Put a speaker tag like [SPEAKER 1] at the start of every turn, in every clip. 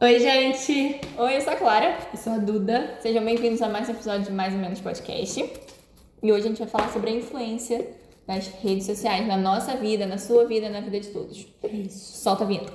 [SPEAKER 1] Oi, gente!
[SPEAKER 2] Oi, eu sou a Clara.
[SPEAKER 1] Eu sou a Duda.
[SPEAKER 2] Sejam bem-vindos a mais um episódio de Mais ou Menos Podcast. E hoje a gente vai falar sobre a influência das redes sociais na nossa vida, na sua vida, na vida de todos.
[SPEAKER 1] É isso.
[SPEAKER 2] Solta a vinheta.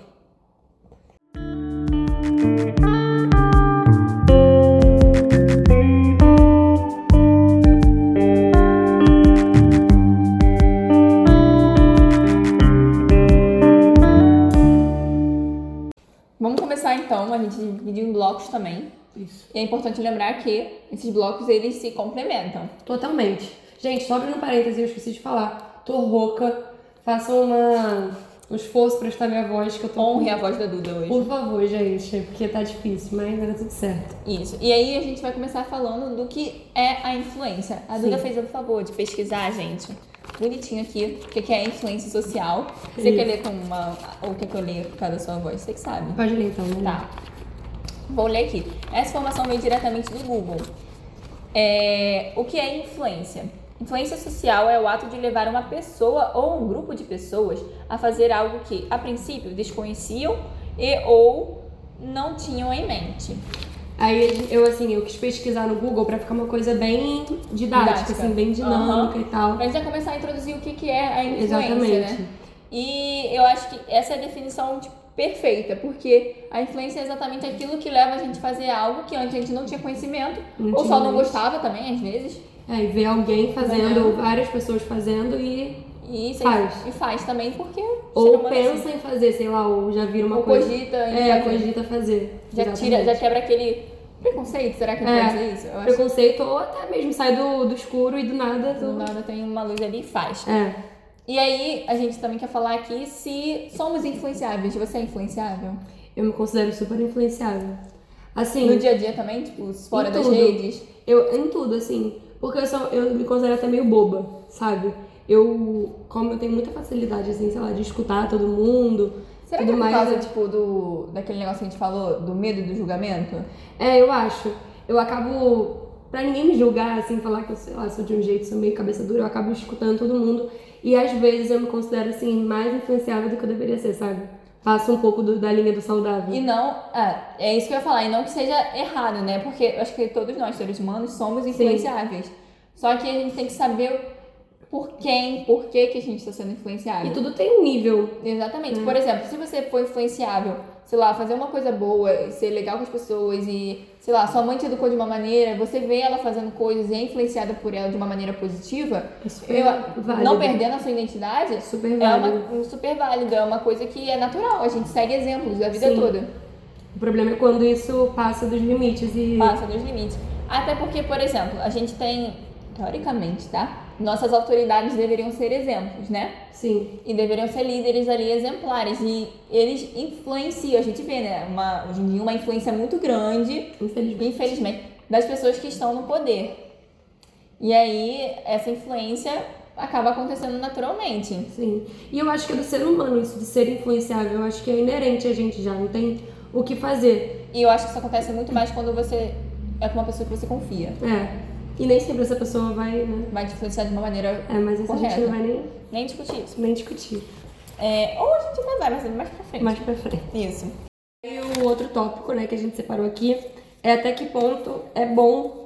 [SPEAKER 2] Vamos começar então, a gente dividiu em blocos também.
[SPEAKER 1] Isso.
[SPEAKER 2] E é importante lembrar que esses blocos eles se complementam.
[SPEAKER 1] Totalmente. Gente, só abrindo um parênteses, eu esqueci de falar. Tô rouca. Façam uma... um esforço pra estar minha voz, que eu tô...
[SPEAKER 2] Honre a voz da Duda hoje.
[SPEAKER 1] Por favor, gente, porque tá difícil, mas vai dar tudo certo.
[SPEAKER 2] Isso. E aí a gente vai começar falando do que é a influência. A Duda fez o favor de pesquisar, gente. Bonitinho aqui, o que que é influência social. Você
[SPEAKER 1] Isso.
[SPEAKER 2] quer ler com uma. Ou o que que eu leio por causa da sua voz? Você que sabe.
[SPEAKER 1] Pode ler então, né?
[SPEAKER 2] Tá. Vou ler aqui. Essa informação veio diretamente do Google. É, o que é influência? Influência social é o ato de levar uma pessoa ou um grupo de pessoas a fazer algo que, a princípio, desconheciam e ou não tinham em mente.
[SPEAKER 1] Aí eu, assim, eu quis pesquisar no Google pra ficar uma coisa bem didática,
[SPEAKER 2] Didática.
[SPEAKER 1] assim, bem dinâmica e tal.
[SPEAKER 2] Pra gente já começar a introduzir o que, que é a influência,
[SPEAKER 1] Exatamente.
[SPEAKER 2] né? E eu acho que essa é a definição tipo, perfeita, porque a influência é exatamente aquilo que leva a gente a fazer algo que antes a gente não tinha conhecimento,
[SPEAKER 1] Não
[SPEAKER 2] ou
[SPEAKER 1] tinha
[SPEAKER 2] só não
[SPEAKER 1] mais.
[SPEAKER 2] gostava também, às vezes.
[SPEAKER 1] Aí É, ver alguém fazendo,
[SPEAKER 2] um
[SPEAKER 1] ou várias pessoas fazendo e
[SPEAKER 2] E, sei-
[SPEAKER 1] Faz.
[SPEAKER 2] e faz também porque o ser
[SPEAKER 1] Ou
[SPEAKER 2] humano é assim.
[SPEAKER 1] pensa em fazer, sei lá, ou já vira uma
[SPEAKER 2] ou
[SPEAKER 1] coisa.
[SPEAKER 2] cogita,
[SPEAKER 1] É,
[SPEAKER 2] enfim,
[SPEAKER 1] cogita fazer.
[SPEAKER 2] já
[SPEAKER 1] Exatamente.
[SPEAKER 2] tira, já quebra aquele preconceito, será que não
[SPEAKER 1] É.
[SPEAKER 2] pode fazer isso? Eu acho
[SPEAKER 1] Preconceito ou até mesmo sai do, do escuro e do nada.
[SPEAKER 2] que do
[SPEAKER 1] Do...
[SPEAKER 2] nada tem uma luz ali e faz.
[SPEAKER 1] É.
[SPEAKER 2] E aí, a gente também quer falar aqui se somos influenciáveis. Você é influenciável?
[SPEAKER 1] Eu me considero super influenciável.
[SPEAKER 2] No
[SPEAKER 1] Assim,
[SPEAKER 2] dia a dia também, tipo, fora
[SPEAKER 1] Em
[SPEAKER 2] das
[SPEAKER 1] tudo.
[SPEAKER 2] redes?
[SPEAKER 1] eu em tudo, assim. Porque eu, sou, eu me considero até meio boba, sabe? Eu, como eu tenho muita facilidade, assim, sei lá, de escutar todo mundo.
[SPEAKER 2] Será que
[SPEAKER 1] tudo
[SPEAKER 2] é por
[SPEAKER 1] mais,
[SPEAKER 2] causa,
[SPEAKER 1] eu-
[SPEAKER 2] tipo, do, daquele negócio que a gente falou, do medo do julgamento?
[SPEAKER 1] É, eu acho. Eu acabo. Pra ninguém me julgar, assim, falar que eu, sei lá, sou de um jeito, sou meio cabeça dura, eu acabo escutando todo mundo. E às vezes eu me considero, assim, mais influenciável do que eu deveria ser, sabe? Passo um pouco do- da linha do saudável.
[SPEAKER 2] E não, ah, é isso que eu ia falar, e não que seja errado, né? Porque eu acho que todos nós, seres humanos, somos influenciáveis. Só que a gente tem que saber por quem, por que, que a gente está sendo
[SPEAKER 1] E Uhum.
[SPEAKER 2] influenciável.
[SPEAKER 1] tudo tem um nível.
[SPEAKER 2] Exatamente. Por exemplo, se você for influenciável, sei lá, fazer uma coisa boa, ser legal com as pessoas e, sei lá, sua mãe te educou de uma maneira, você vê ela fazendo coisas e é influenciada por ela de uma maneira positiva,
[SPEAKER 1] É super
[SPEAKER 2] eu,
[SPEAKER 1] válido.
[SPEAKER 2] não perdendo a sua identidade,
[SPEAKER 1] Super
[SPEAKER 2] é
[SPEAKER 1] válido.
[SPEAKER 2] uma, um super válido, é uma coisa que é natural, a gente segue exemplos da vida
[SPEAKER 1] Sim.
[SPEAKER 2] toda.
[SPEAKER 1] O problema é quando isso passa dos limites e.
[SPEAKER 2] passa dos limites. Até porque, por exemplo, a gente tem, teoricamente, tá? Nossas autoridades deveriam ser exemplos, né?
[SPEAKER 1] Sim.
[SPEAKER 2] E deveriam ser líderes ali exemplares. E eles influenciam, a gente vê, né? Uma, hoje em dia, uma influência muito grande,
[SPEAKER 1] Infelizmente.
[SPEAKER 2] infelizmente, das pessoas que estão no poder. E aí, essa influência acaba acontecendo naturalmente.
[SPEAKER 1] Sim. E eu acho que é do ser humano isso de ser influenciável. Eu acho que é inerente a gente já, não tem o que fazer.
[SPEAKER 2] E eu acho que isso acontece muito mais quando você é com uma pessoa que você confia.
[SPEAKER 1] É. E nem sempre essa pessoa vai, né?
[SPEAKER 2] Vai te influenciar de uma maneira
[SPEAKER 1] É, mas isso a gente
[SPEAKER 2] Correto.
[SPEAKER 1] não vai nem,
[SPEAKER 2] nem discutir isso.
[SPEAKER 1] nem discutir.
[SPEAKER 2] É, ou a gente vai dar, mas é mais pra frente.
[SPEAKER 1] Mais pra frente.
[SPEAKER 2] Isso.
[SPEAKER 1] E o outro tópico, né, que a gente separou aqui é até que ponto é bom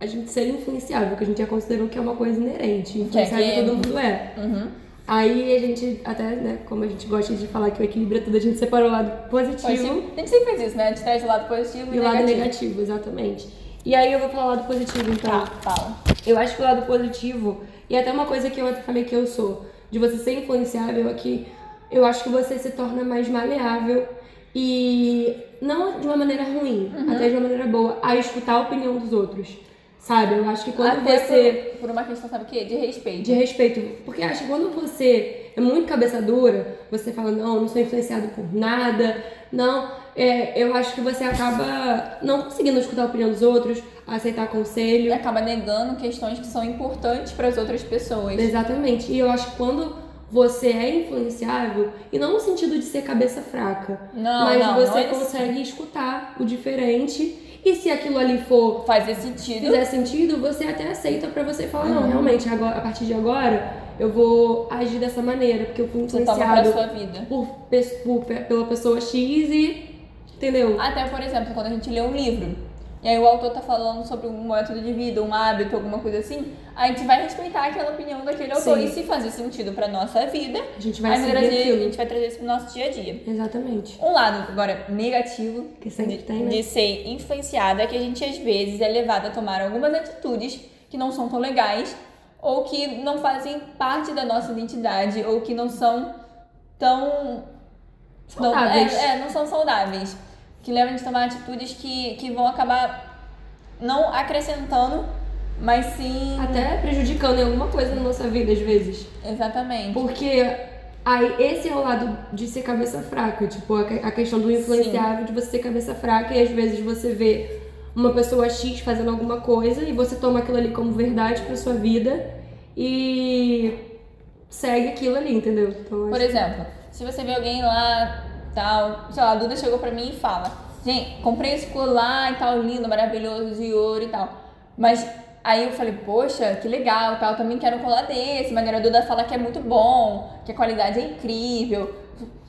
[SPEAKER 1] a gente ser influenciável, que a gente já considerou que é uma coisa inerente. Influenciável
[SPEAKER 2] que é-
[SPEAKER 1] todo mundo é.
[SPEAKER 2] Uhum.
[SPEAKER 1] Aí a gente, até, né, como a gente gosta de falar que o equilíbrio é tudo, a gente separou o lado positivo
[SPEAKER 2] Positivo. A gente sempre faz isso, né? A gente traz o lado positivo
[SPEAKER 1] e o lado negativo, exatamente. E aí eu vou falar o lado positivo, então.
[SPEAKER 2] Tá, fala.
[SPEAKER 1] Eu acho que o lado positivo, e até uma coisa que eu até falei que eu sou, de você ser influenciável aqui, eu acho que você se torna mais maleável e não de uma maneira ruim, até de uma maneira boa, a escutar a opinião dos outros. Sabe? Eu acho que quando
[SPEAKER 2] Até
[SPEAKER 1] você
[SPEAKER 2] por, por uma questão, sabe o quê? De respeito.
[SPEAKER 1] de respeito. Porque acho que quando você é muito cabeça dura, você fala, não, não sou influenciado por nada, não, é, eu acho que você acaba não conseguindo escutar a opinião dos outros, aceitar
[SPEAKER 2] E
[SPEAKER 1] conselho.
[SPEAKER 2] acaba negando questões que são importantes para as outras pessoas.
[SPEAKER 1] Exatamente. E eu acho que quando você é influenciável, e não no sentido de ser cabeça fraca,
[SPEAKER 2] Não,
[SPEAKER 1] mas
[SPEAKER 2] não, não
[SPEAKER 1] você
[SPEAKER 2] é isso.
[SPEAKER 1] consegue escutar o diferente, e se aquilo ali for
[SPEAKER 2] Fazer sentido.
[SPEAKER 1] fizer sentido, você até aceita pra você falar,
[SPEAKER 2] Uhum.
[SPEAKER 1] não, realmente, agora, a partir de agora eu vou agir dessa maneira, porque eu fui
[SPEAKER 2] Você toma pra
[SPEAKER 1] influenciado
[SPEAKER 2] sua vida.
[SPEAKER 1] por, pe- por- pe- pela pessoa X e Entendeu?
[SPEAKER 2] Até, por exemplo, quando a gente lê um livro, e aí o autor tá falando sobre um método de vida, um hábito, alguma coisa assim, a gente vai respeitar aquela opinião daquele autor.
[SPEAKER 1] Sim.
[SPEAKER 2] E se fazer sentido pra nossa vida,
[SPEAKER 1] A gente
[SPEAKER 2] a
[SPEAKER 1] vai
[SPEAKER 2] gente
[SPEAKER 1] seguir
[SPEAKER 2] trazer- a
[SPEAKER 1] aquilo.
[SPEAKER 2] gente vai trazer isso pro nosso dia a dia.
[SPEAKER 1] Exatamente.
[SPEAKER 2] Um lado, agora, negativo
[SPEAKER 1] Que sempre
[SPEAKER 2] de,
[SPEAKER 1] tem, né?
[SPEAKER 2] de ser influenciada é que a gente, às vezes, é levado a tomar algumas atitudes que não são tão legais ou que não fazem parte da nossa identidade ou que não são tão...
[SPEAKER 1] Saudáveis.
[SPEAKER 2] Não, é, é, não são saudáveis. Que levam a gente a tomar atitudes que, que vão acabar não acrescentando, mas sim...
[SPEAKER 1] Até prejudicando em alguma coisa na nossa vida, às vezes.
[SPEAKER 2] Exatamente.
[SPEAKER 1] Porque aí esse é o lado de ser cabeça fraca, tipo, a que- a questão do influenciável de você ser cabeça fraca e às vezes você vê uma pessoa X fazendo alguma coisa e você toma aquilo ali como verdade pra sua vida e segue aquilo ali, entendeu? Então,
[SPEAKER 2] Por
[SPEAKER 1] acho-
[SPEAKER 2] exemplo, se você vê alguém lá, tal, sei lá, a Duda chegou pra mim e fala, gente, comprei esse colar e tal, lindo, maravilhoso, de ouro e tal. Mas aí eu falei, poxa, que legal, tal, também quero um colar desse, mas a Duda fala que é muito bom, que a qualidade é incrível,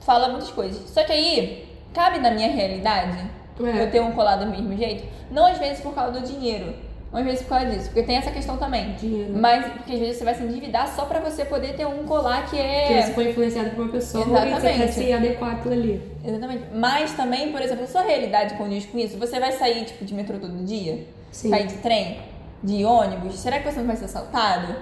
[SPEAKER 2] fala muitas coisas. Só que aí, cabe na minha realidade?
[SPEAKER 1] é,
[SPEAKER 2] eu ter um colar do mesmo jeito? Não às vezes por causa do dinheiro, não às vezes por causa disso, porque tem essa questão também.
[SPEAKER 1] dinheiro.
[SPEAKER 2] Mas porque às vezes você vai se endividar só pra você poder ter um colar que é.
[SPEAKER 1] Porque você foi influenciado por uma pessoa e você quer
[SPEAKER 2] Exatamente.
[SPEAKER 1] se adequar àquilo ali.
[SPEAKER 2] Exatamente. Mas também, por exemplo, a sua realidade condiz com isso? Você vai sair, tipo, de metrô todo dia?
[SPEAKER 1] Sim.
[SPEAKER 2] Sair de trem? De ônibus? Será que você não vai ser assaltado?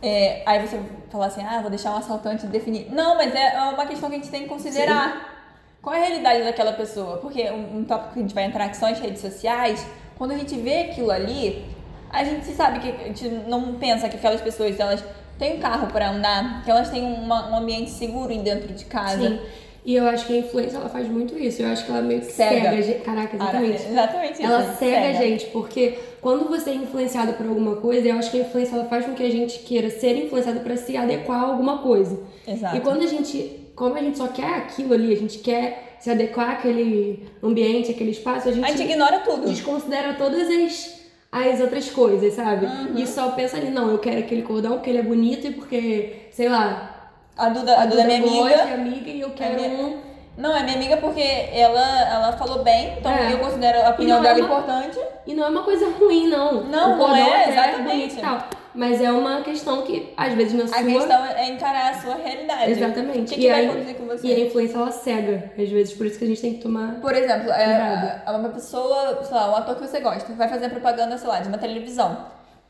[SPEAKER 2] É, aí você fala assim, ah, vou deixar um assaltante definir. Não, mas é uma questão que a gente tem que considerar. Qual é a realidade daquela pessoa? Porque um, um tópico que a gente vai entrar, que são as redes sociais, quando a gente vê aquilo ali, a gente sabe que a gente não pensa que aquelas pessoas, elas têm um carro para andar, que elas têm uma- um ambiente seguro dentro de casa.
[SPEAKER 1] Sim. E eu acho que a influência ela faz muito isso. Eu acho que ela meio que
[SPEAKER 2] Cega.
[SPEAKER 1] cega. a gente. Caraca, exatamente.
[SPEAKER 2] Ara- Ah, é, Exatamente. isso,
[SPEAKER 1] Ela cega a gente, porque quando você é influenciado por alguma coisa, eu acho que a influência ela faz com que a gente queira ser influenciado pra se adequar a alguma coisa.
[SPEAKER 2] Exato.
[SPEAKER 1] E quando a gente, como a gente só quer aquilo ali, a gente quer se adequar àquele ambiente, àquele espaço, a gente,
[SPEAKER 2] A gente ignora tudo.
[SPEAKER 1] desconsidera todas as as outras coisas, sabe?
[SPEAKER 2] Uhum.
[SPEAKER 1] E só pensa ali, não, eu quero aquele cordão porque ele é bonito e porque, sei lá,
[SPEAKER 2] A Duda, a Duda é minha
[SPEAKER 1] gosta,
[SPEAKER 2] amiga.
[SPEAKER 1] é amiga e eu quero
[SPEAKER 2] minha-
[SPEAKER 1] um
[SPEAKER 2] Não, é minha amiga porque ela, ela falou bem, então
[SPEAKER 1] É.
[SPEAKER 2] eu considero a opinião
[SPEAKER 1] não é
[SPEAKER 2] dela
[SPEAKER 1] uma-
[SPEAKER 2] importante.
[SPEAKER 1] E não é uma coisa ruim, não.
[SPEAKER 2] Não,
[SPEAKER 1] o
[SPEAKER 2] não
[SPEAKER 1] cordão
[SPEAKER 2] é,
[SPEAKER 1] até
[SPEAKER 2] exatamente.
[SPEAKER 1] bonito e tal. Mas é uma questão que, às vezes, na
[SPEAKER 2] A
[SPEAKER 1] sua...
[SPEAKER 2] questão é encarar a sua realidade. O
[SPEAKER 1] Exatamente.
[SPEAKER 2] que, que
[SPEAKER 1] e,
[SPEAKER 2] vai
[SPEAKER 1] aí-
[SPEAKER 2] acontecer com você?
[SPEAKER 1] e a influência, ela cega, às vezes. Por isso que a gente tem que tomar...
[SPEAKER 2] Por exemplo, é,
[SPEAKER 1] Verdade.
[SPEAKER 2] a- uma pessoa, sei lá, um ator que você gosta, vai fazer propaganda, sei lá, de uma televisão.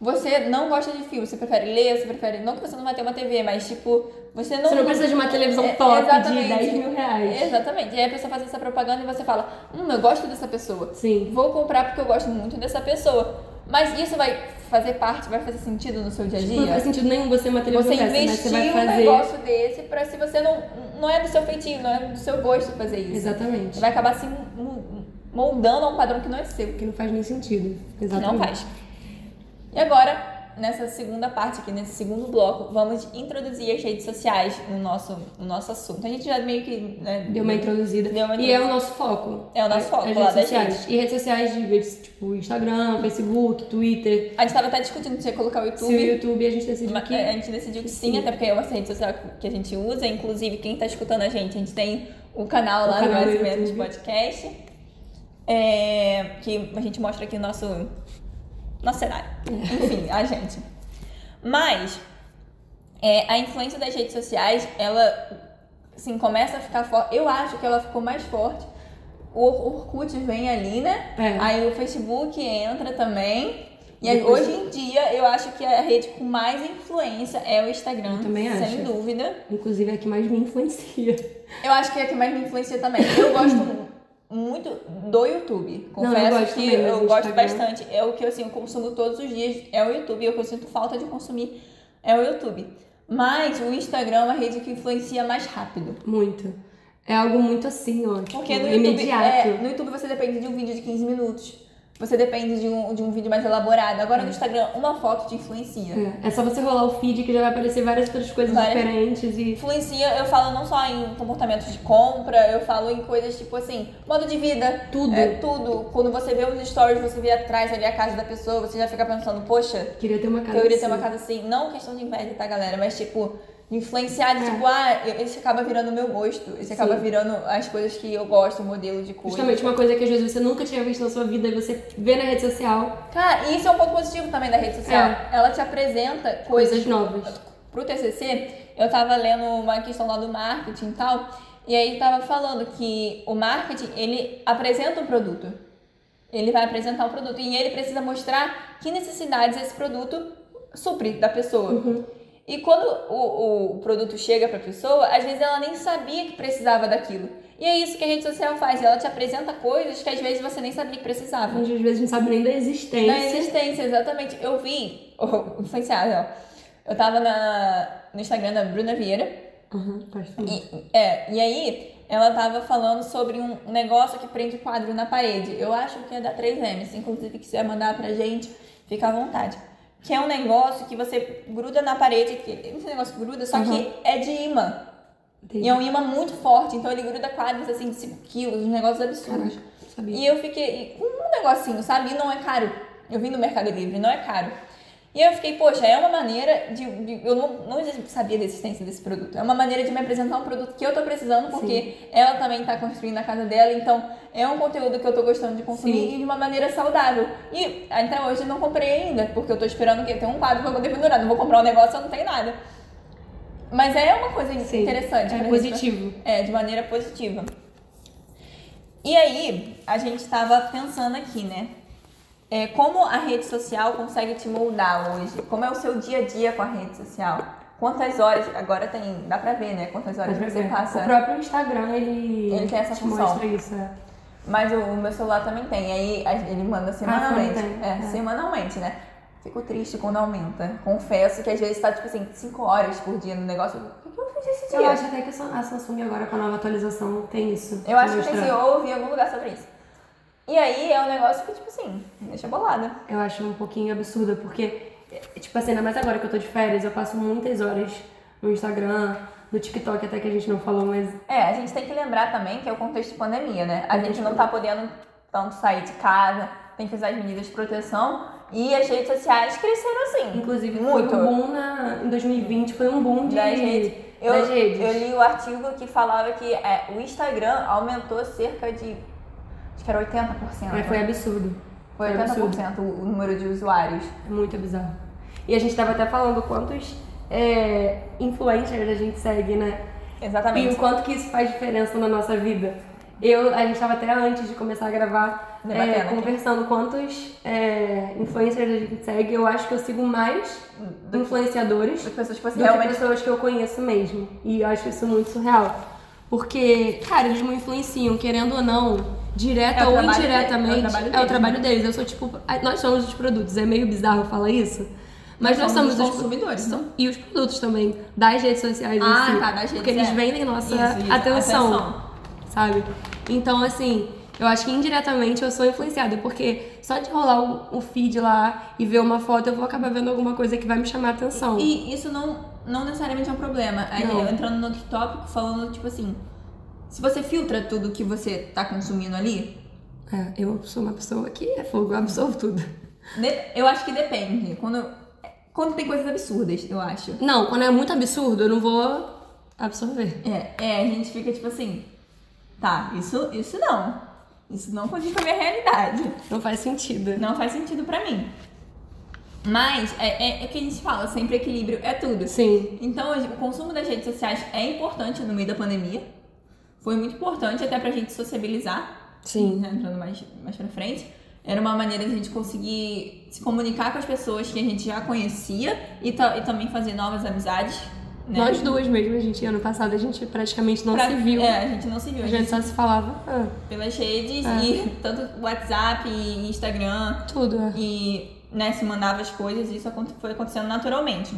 [SPEAKER 2] Você não gosta de filme, você prefere ler, você prefere. Não que você não vai ter uma TV, mas tipo, você não. É,
[SPEAKER 1] Você não precisa de uma televisão top de
[SPEAKER 2] exatamente. É.
[SPEAKER 1] 10 mil reais.
[SPEAKER 2] Exatamente. E aí a pessoa faz essa propaganda e você fala, hum, eu gosto dessa pessoa.
[SPEAKER 1] Sim.
[SPEAKER 2] Vou comprar porque eu gosto muito dessa pessoa. Mas isso vai fazer parte, vai fazer sentido no seu dia a dia?
[SPEAKER 1] Não faz sentido nenhum você ter uma televisão
[SPEAKER 2] Você
[SPEAKER 1] dessa, mas tipo,
[SPEAKER 2] investir
[SPEAKER 1] né? você vai
[SPEAKER 2] um
[SPEAKER 1] fazer...
[SPEAKER 2] negócio desse pra se você não. Não é do seu feitio, não é do seu gosto fazer isso.
[SPEAKER 1] Exatamente.
[SPEAKER 2] Vai acabar se mo- moldando a um padrão que não é seu.
[SPEAKER 1] Que não faz nem sentido.
[SPEAKER 2] Que
[SPEAKER 1] Exatamente.
[SPEAKER 2] não faz. E agora, nessa segunda parte aqui, nesse segundo bloco, vamos introduzir as redes sociais no nosso, no nosso assunto. A gente já meio que. né,
[SPEAKER 1] Deu uma introduzida.
[SPEAKER 2] Deu uma
[SPEAKER 1] E é o nosso foco.
[SPEAKER 2] É o nosso foco,
[SPEAKER 1] As
[SPEAKER 2] lá
[SPEAKER 1] redes
[SPEAKER 2] das
[SPEAKER 1] sociais. E redes sociais de redes, tipo Instagram, Facebook, Twitter.
[SPEAKER 2] A gente tava até discutindo se ia colocar o
[SPEAKER 1] Se o
[SPEAKER 2] YouTube.
[SPEAKER 1] YouTube a gente decidiu
[SPEAKER 2] mas é,
[SPEAKER 1] que...
[SPEAKER 2] A gente decidiu que sim,
[SPEAKER 1] Sim.
[SPEAKER 2] até porque é uma rede social que a gente usa. Inclusive, quem tá escutando a gente, a gente tem o canal
[SPEAKER 1] O
[SPEAKER 2] lá no
[SPEAKER 1] canal do
[SPEAKER 2] Mais ou Menos
[SPEAKER 1] YouTube.
[SPEAKER 2] Podcast. é, que a gente mostra aqui o nosso, nosso cenário. Enfim, a gente. Mas é, a influência das redes sociais, ela assim, começa a ficar forte. Eu acho que ela ficou mais forte. O Or- Orkut vem ali, né?
[SPEAKER 1] É.
[SPEAKER 2] Aí o Facebook entra também. E aí,
[SPEAKER 1] Depois-
[SPEAKER 2] hoje em dia, eu acho que a rede com mais influência é o Instagram.
[SPEAKER 1] Eu também
[SPEAKER 2] Sem
[SPEAKER 1] acho.
[SPEAKER 2] dúvida.
[SPEAKER 1] Inclusive é a que mais me influencia.
[SPEAKER 2] Eu acho que é a que mais me influencia também. Eu gosto mu- muito do YouTube.
[SPEAKER 1] Não, eu
[SPEAKER 2] Confesso
[SPEAKER 1] gosto
[SPEAKER 2] que
[SPEAKER 1] também, mas
[SPEAKER 2] eu
[SPEAKER 1] o
[SPEAKER 2] gosto
[SPEAKER 1] Instagram-
[SPEAKER 2] bastante. É o que assim, eu consumo todos os dias. É o YouTube. E o que eu sinto falta de consumir é o YouTube. Mas o Instagram é uma rede que influencia mais rápido.
[SPEAKER 1] Muito. É algo muito assim, ó. Tipo,
[SPEAKER 2] Porque no YouTube,
[SPEAKER 1] imediato.
[SPEAKER 2] é, no YouTube você depende de um vídeo de 15 minutos. Você depende de um, de um vídeo mais elaborado. Agora no Instagram, uma foto te influencia.
[SPEAKER 1] É. É só você rolar o feed que já vai aparecer várias outras coisas
[SPEAKER 2] Várias.
[SPEAKER 1] diferentes e.
[SPEAKER 2] Influencia, eu falo não só em comportamentos de compra, eu falo em coisas tipo assim, modo de vida.
[SPEAKER 1] Tudo.
[SPEAKER 2] É, tudo. Quando você vê os stories, você vê atrás ali a casa da pessoa, você já fica pensando, poxa,
[SPEAKER 1] Queria ter uma casa.
[SPEAKER 2] eu iria ter
[SPEAKER 1] assim.
[SPEAKER 2] uma casa assim. Não questão de inveja, tá, galera? Mas tipo, Influenciar,
[SPEAKER 1] É.
[SPEAKER 2] tipo, ah, eu- esse acaba virando o meu gosto, esse acaba
[SPEAKER 1] Sim.
[SPEAKER 2] virando as coisas que eu gosto, o modelo de coisa.
[SPEAKER 1] Justamente uma coisa que às vezes você nunca tinha visto na sua vida e você vê na rede social
[SPEAKER 2] Cara, e isso é um ponto positivo também da rede social.
[SPEAKER 1] É.
[SPEAKER 2] Ela te apresenta coisas
[SPEAKER 1] coisas novas.
[SPEAKER 2] pro TCC, eu tava lendo uma questão lá do marketing e tal, e aí tava falando que o marketing, ele apresenta um produto. Ele vai apresentar o produto e ele precisa mostrar que necessidades esse produto supre da pessoa. E quando o, o produto chega pra pessoa, às vezes ela nem sabia que precisava daquilo. E é isso que a rede social faz, ela te apresenta coisas que às vezes você nem sabia que precisava.
[SPEAKER 1] A gente, Às vezes não sabe nem da existência.
[SPEAKER 2] Na existência, exatamente. Eu vi, oh, influenciável. Eu tava na, no Instagram da Bruna Vieira.
[SPEAKER 1] Aham, pode falar.
[SPEAKER 2] E, é, e aí, ela tava falando sobre um negócio que prende quadro na parede. Eu acho que é da 3M. Se inclusive quiser mandar pra gente, fica à vontade. Que é um negócio que você gruda na parede. que- Esse negócio gruda, só que
[SPEAKER 1] Uhum.
[SPEAKER 2] é de imã.
[SPEAKER 1] Entendi.
[SPEAKER 2] E é um imã muito forte. Então ele gruda quadros assim de 5 quilos, uns negócios absurdos.
[SPEAKER 1] Caraca, não sabia.
[SPEAKER 2] E é eu fiquei. Um negocinho, sabe? E não é caro. Eu vim no Mercado Livre, não é caro. E eu fiquei, poxa, é uma maneira de. de- eu não, não sabia da existência desse produto. É uma maneira de me apresentar um produto que eu tô precisando, porque ela também tá construindo a casa dela, então é um conteúdo que eu tô gostando de consumir
[SPEAKER 1] Sim.
[SPEAKER 2] e de uma maneira saudável. E até hoje eu não comprei ainda, porque eu tô esperando o quê? Tem um quadro pra eu poder pendurar. Não vou comprar um negócio, eu não tenho nada. Mas é uma coisa
[SPEAKER 1] Sim,
[SPEAKER 2] interessante. pra
[SPEAKER 1] É
[SPEAKER 2] gente-
[SPEAKER 1] positivo.
[SPEAKER 2] é, de maneira positiva. E aí, a gente tava pensando aqui, né? É, como a rede social consegue te moldar hoje? Como é o seu dia a dia com a rede social? Quantas horas, agora tem, dá pra ver, né? Quantas horas
[SPEAKER 1] Mas
[SPEAKER 2] você
[SPEAKER 1] é,
[SPEAKER 2] passa.
[SPEAKER 1] O próprio Instagram, ele,
[SPEAKER 2] Ele tem essa
[SPEAKER 1] te
[SPEAKER 2] função.
[SPEAKER 1] mostra isso. é.
[SPEAKER 2] Mas o, o meu celular também tem, aí a- ele manda semanalmente.
[SPEAKER 1] Ah, também tem,
[SPEAKER 2] é,
[SPEAKER 1] é.
[SPEAKER 2] semanalmente, né? Fico triste quando aumenta. Confesso que às vezes tá, tipo assim, 5 horas por dia no negócio. O que eu fiz esse dia?
[SPEAKER 1] Eu acho até que a Samsung agora com a nova atualização tem isso.
[SPEAKER 2] Eu acho que
[SPEAKER 1] mostrando.
[SPEAKER 2] pensei, eu ouvi em algum lugar sobre isso. E aí é um negócio que, tipo assim, me deixa bolada.
[SPEAKER 1] Eu acho um pouquinho absurda, porque, é, tipo assim, ainda mais agora que eu tô de férias, eu passo muitas horas no Instagram, no TikTok, até que a gente não falou, mas
[SPEAKER 2] É, a gente tem que lembrar também que é o contexto de pandemia, né? A gente não tá podendo tanto sair de casa, tem que usar as medidas de proteção. E as redes sociais cresceram assim.
[SPEAKER 1] inclusive
[SPEAKER 2] muito.
[SPEAKER 1] foi um boom na, em 2020, foi um boom de,
[SPEAKER 2] Das redes. Eu,
[SPEAKER 1] das redes.
[SPEAKER 2] eu li o artigo que falava que é, o Instagram aumentou cerca de. Acho que era 80%.
[SPEAKER 1] Mas É, foi absurdo.
[SPEAKER 2] Foi
[SPEAKER 1] foi
[SPEAKER 2] 80% o o número de usuários.
[SPEAKER 1] É muito bizarro. E a gente tava até falando quantos é, influencers a gente segue, né? E o
[SPEAKER 2] Exatamente.
[SPEAKER 1] quanto que isso faz diferença na nossa vida. Eu, a gente tava até antes de começar a gravar,
[SPEAKER 2] Debatendo
[SPEAKER 1] é,
[SPEAKER 2] aqui.
[SPEAKER 1] conversando quantos é, influencers a gente segue. Eu acho que eu sigo mais influenciadores
[SPEAKER 2] As pessoas que você
[SPEAKER 1] do que
[SPEAKER 2] realmente.
[SPEAKER 1] pessoas que eu conheço mesmo. E eu acho isso muito surreal. Porque, cara, eles me influenciam, querendo ou não, direta
[SPEAKER 2] É o
[SPEAKER 1] ou
[SPEAKER 2] trabalho
[SPEAKER 1] indiretamente,
[SPEAKER 2] dele- é o trabalho
[SPEAKER 1] é
[SPEAKER 2] deles,
[SPEAKER 1] o trabalho deles. Eu sou tipo, a- nós somos os produtos, é meio bizarro falar isso. Mas nós, somos, os
[SPEAKER 2] consumidores, então.
[SPEAKER 1] e os produtos também, das redes sociais
[SPEAKER 2] Ah,
[SPEAKER 1] em si.
[SPEAKER 2] tá, das redes,
[SPEAKER 1] Porque eles
[SPEAKER 2] é.
[SPEAKER 1] vendem nossa
[SPEAKER 2] Isso, isso,
[SPEAKER 1] atenção,
[SPEAKER 2] atenção.
[SPEAKER 1] sabe? Então, assim, eu acho que indiretamente eu sou influenciada, porque só de rolar o, o feed lá e ver uma foto, eu vou acabar vendo alguma coisa que vai me chamar a atenção.
[SPEAKER 2] E isso não, não necessariamente é um problema. Aí
[SPEAKER 1] Não.
[SPEAKER 2] eu entrando no outro tópico, falando, tipo assim, se você filtra tudo que você tá consumindo ali,
[SPEAKER 1] É, eu sou uma pessoa que é fogo, eu absorvo tudo.
[SPEAKER 2] de- eu acho que depende. Quando, quando tem coisas absurdas, eu acho.
[SPEAKER 1] Não, quando é muito absurdo, eu não vou absorver.
[SPEAKER 2] É, é, a gente fica tipo assim, tá, isso, isso não. Isso não condiz com a minha realidade.
[SPEAKER 1] Não faz sentido.
[SPEAKER 2] Não faz sentido pra mim. Mas é, é, é o que a gente fala, sempre equilíbrio é tudo.
[SPEAKER 1] Sim.
[SPEAKER 2] Então, hoje, o consumo das redes sociais é importante no meio da pandemia. Foi muito importante até pra gente sociabilizar.
[SPEAKER 1] Sim.
[SPEAKER 2] Né, Entrando mais, mais pra frente. Era uma maneira de a gente conseguir se comunicar com as pessoas que a gente já conhecia e, ta- e também fazer novas amizades. Né?
[SPEAKER 1] Nós duas mesmo, a gente, ano passado, a gente praticamente não
[SPEAKER 2] Pra-
[SPEAKER 1] se viu.
[SPEAKER 2] É, a gente não se viu.
[SPEAKER 1] A gente só se falava ah,
[SPEAKER 2] Pelas redes e tanto WhatsApp e Instagram.
[SPEAKER 1] tudo. é.
[SPEAKER 2] e né, se mandava as coisas e isso aconte- foi acontecendo naturalmente.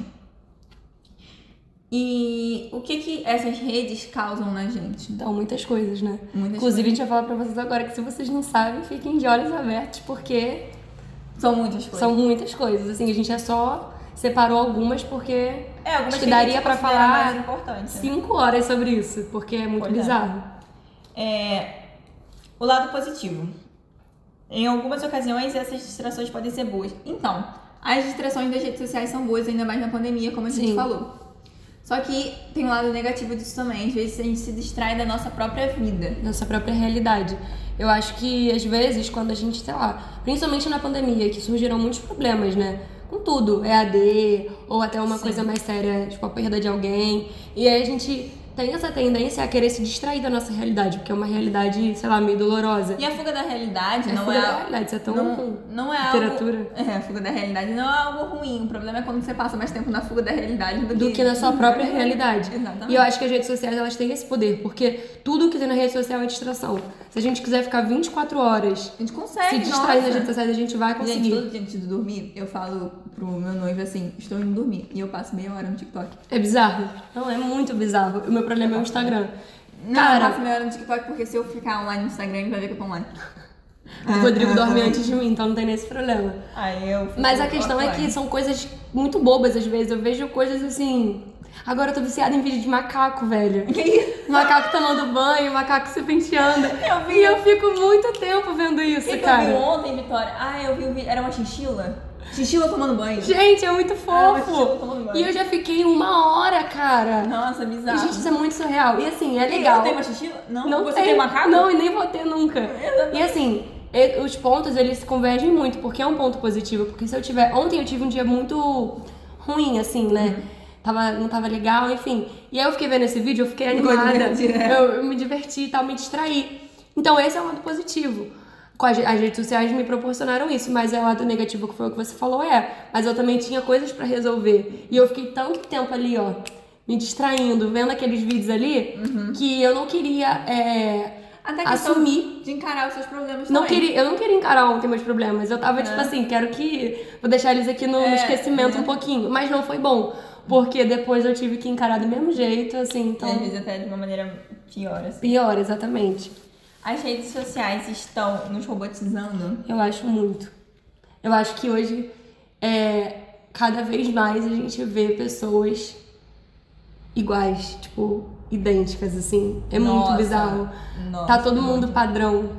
[SPEAKER 2] E o que que essas redes causam na gente?
[SPEAKER 1] Então, muitas coisas, né?
[SPEAKER 2] Muitas
[SPEAKER 1] Inclusive, a gente vai falar pra vocês agora que se vocês não sabem, fiquem de olhos abertos, porque
[SPEAKER 2] coisas. São muitas coisas.
[SPEAKER 1] são muitas coisas. Assim, a gente é só separou algumas porque
[SPEAKER 2] é, algumas
[SPEAKER 1] acho que
[SPEAKER 2] a
[SPEAKER 1] daria
[SPEAKER 2] gente
[SPEAKER 1] pra
[SPEAKER 2] considera
[SPEAKER 1] falar
[SPEAKER 2] mais importantes. né?
[SPEAKER 1] cinco horas sobre isso, porque é muito
[SPEAKER 2] Pois é.
[SPEAKER 1] bizarro.
[SPEAKER 2] O lado positivo. Em algumas ocasiões, essas distrações podem ser boas. Então, as distrações das redes sociais são boas, ainda mais na pandemia, como a gente
[SPEAKER 1] Sim.
[SPEAKER 2] falou. Só que tem um lado negativo disso também. Às vezes a gente se distrai da nossa própria vida.
[SPEAKER 1] nossa própria realidade. Eu acho que às vezes quando a gente, sei lá, principalmente na pandemia, que surgiram muitos problemas, né? Com tudo, EAD, ou até uma
[SPEAKER 2] Sim.
[SPEAKER 1] coisa mais séria, tipo a perda de alguém. E aí a gente tem essa tendência a querer se distrair da nossa realidade, porque é uma realidade, sei lá, meio dolorosa.
[SPEAKER 2] E a fuga da realidade
[SPEAKER 1] É
[SPEAKER 2] não
[SPEAKER 1] fuga
[SPEAKER 2] é.
[SPEAKER 1] da realidade, isso é tão
[SPEAKER 2] não, não é
[SPEAKER 1] literatura.
[SPEAKER 2] algo. É, a fuga da realidade não é algo ruim. O problema é quando você passa mais tempo na fuga da realidade do,
[SPEAKER 1] do que na sua própria realidade.
[SPEAKER 2] Exatamente.
[SPEAKER 1] E eu acho que as redes sociais elas têm esse poder, porque tudo que tem na rede social é distração. Se a gente quiser ficar 24 horas
[SPEAKER 2] A gente consegue.
[SPEAKER 1] se distrair
[SPEAKER 2] nossa.
[SPEAKER 1] nas redes sociais, a gente assim, vai conseguir.
[SPEAKER 2] Gente, todo dia antes de dormir, eu falo pro meu noivo assim, estou indo dormir. E eu passo meia hora no TikTok.
[SPEAKER 1] É bizarro? Não, é muito bizarro. O meu problema é o Instagram.
[SPEAKER 2] Não, eu passo
[SPEAKER 1] Cara,
[SPEAKER 2] meia hora no TikTok porque se eu ficar online no Instagram, ele vai ver que eu tô online.
[SPEAKER 1] o Rodrigo dorme antes de mim, então não tem nem esse problema.
[SPEAKER 2] Aí eu fico
[SPEAKER 1] Mas a questão é
[SPEAKER 2] offline.
[SPEAKER 1] que são coisas muito bobas às vezes. Eu vejo coisas assim. Agora eu tô viciada em vídeo de macaco, velho.
[SPEAKER 2] Que isso?
[SPEAKER 1] Um Macaco tomando banho, um macaco se penteando.
[SPEAKER 2] Eu vi.
[SPEAKER 1] E eu fico muito tempo vendo isso,
[SPEAKER 2] Você
[SPEAKER 1] cara.
[SPEAKER 2] viu ontem, Vitória? Ah, eu vi o vídeo. Era uma chinchila? Chinchila tomando banho.
[SPEAKER 1] Gente, é muito
[SPEAKER 2] Ah, mas
[SPEAKER 1] fofo.
[SPEAKER 2] eu tô tomando banho.
[SPEAKER 1] e eu já fiquei uma hora, cara.
[SPEAKER 2] Nossa,
[SPEAKER 1] E,
[SPEAKER 2] bizarro.
[SPEAKER 1] gente, isso é muito surreal. E assim, é
[SPEAKER 2] Tem-
[SPEAKER 1] legal.
[SPEAKER 2] Tem uma chinchila? Não.
[SPEAKER 1] Não
[SPEAKER 2] Você
[SPEAKER 1] tem,
[SPEAKER 2] tem, macaco?
[SPEAKER 1] Não, e nem vou ter nunca.
[SPEAKER 2] Exatamente.
[SPEAKER 1] E assim, e- os pontos eles convergem muito, porque é um ponto positivo. Porque se eu tiver. Ontem eu tive um dia muito ruim, assim, né?
[SPEAKER 2] Uhum.
[SPEAKER 1] Tava, não tava legal, enfim. E aí eu fiquei vendo esse vídeo, eu fiquei
[SPEAKER 2] Ficou
[SPEAKER 1] animada.
[SPEAKER 2] divertido, né?
[SPEAKER 1] Eu, eu me diverti e tal, me distraí. Então esse é o lado positivo. Com as, as redes sociais me proporcionaram isso, mas é o lado negativo que foi o que você falou, é. Mas eu também tinha coisas pra resolver. E eu fiquei tanto tempo ali, ó, me distraindo, vendo aqueles vídeos ali, que eu não queria é,
[SPEAKER 2] Até que
[SPEAKER 1] assumir
[SPEAKER 2] De encarar os seus problemas
[SPEAKER 1] não
[SPEAKER 2] também.
[SPEAKER 1] queria, eu não queria encarar ontem meus problemas. Eu tava tipo assim, quero que. Vou deixar eles aqui no
[SPEAKER 2] É,
[SPEAKER 1] esquecimento
[SPEAKER 2] né?
[SPEAKER 1] um pouquinho. Mas não foi bom. Porque depois eu tive que encarar do mesmo jeito, assim, então.
[SPEAKER 2] Às vezes até de uma maneira pior, assim.
[SPEAKER 1] Pior, exatamente.
[SPEAKER 2] As redes sociais estão nos robotizando.
[SPEAKER 1] Eu acho muito. Eu acho que hoje é, cada vez mais a gente vê pessoas iguais, tipo, idênticas, assim. É
[SPEAKER 2] Nossa.
[SPEAKER 1] muito bizarro.
[SPEAKER 2] Nossa,
[SPEAKER 1] tá todo
[SPEAKER 2] muito.
[SPEAKER 1] mundo padrão.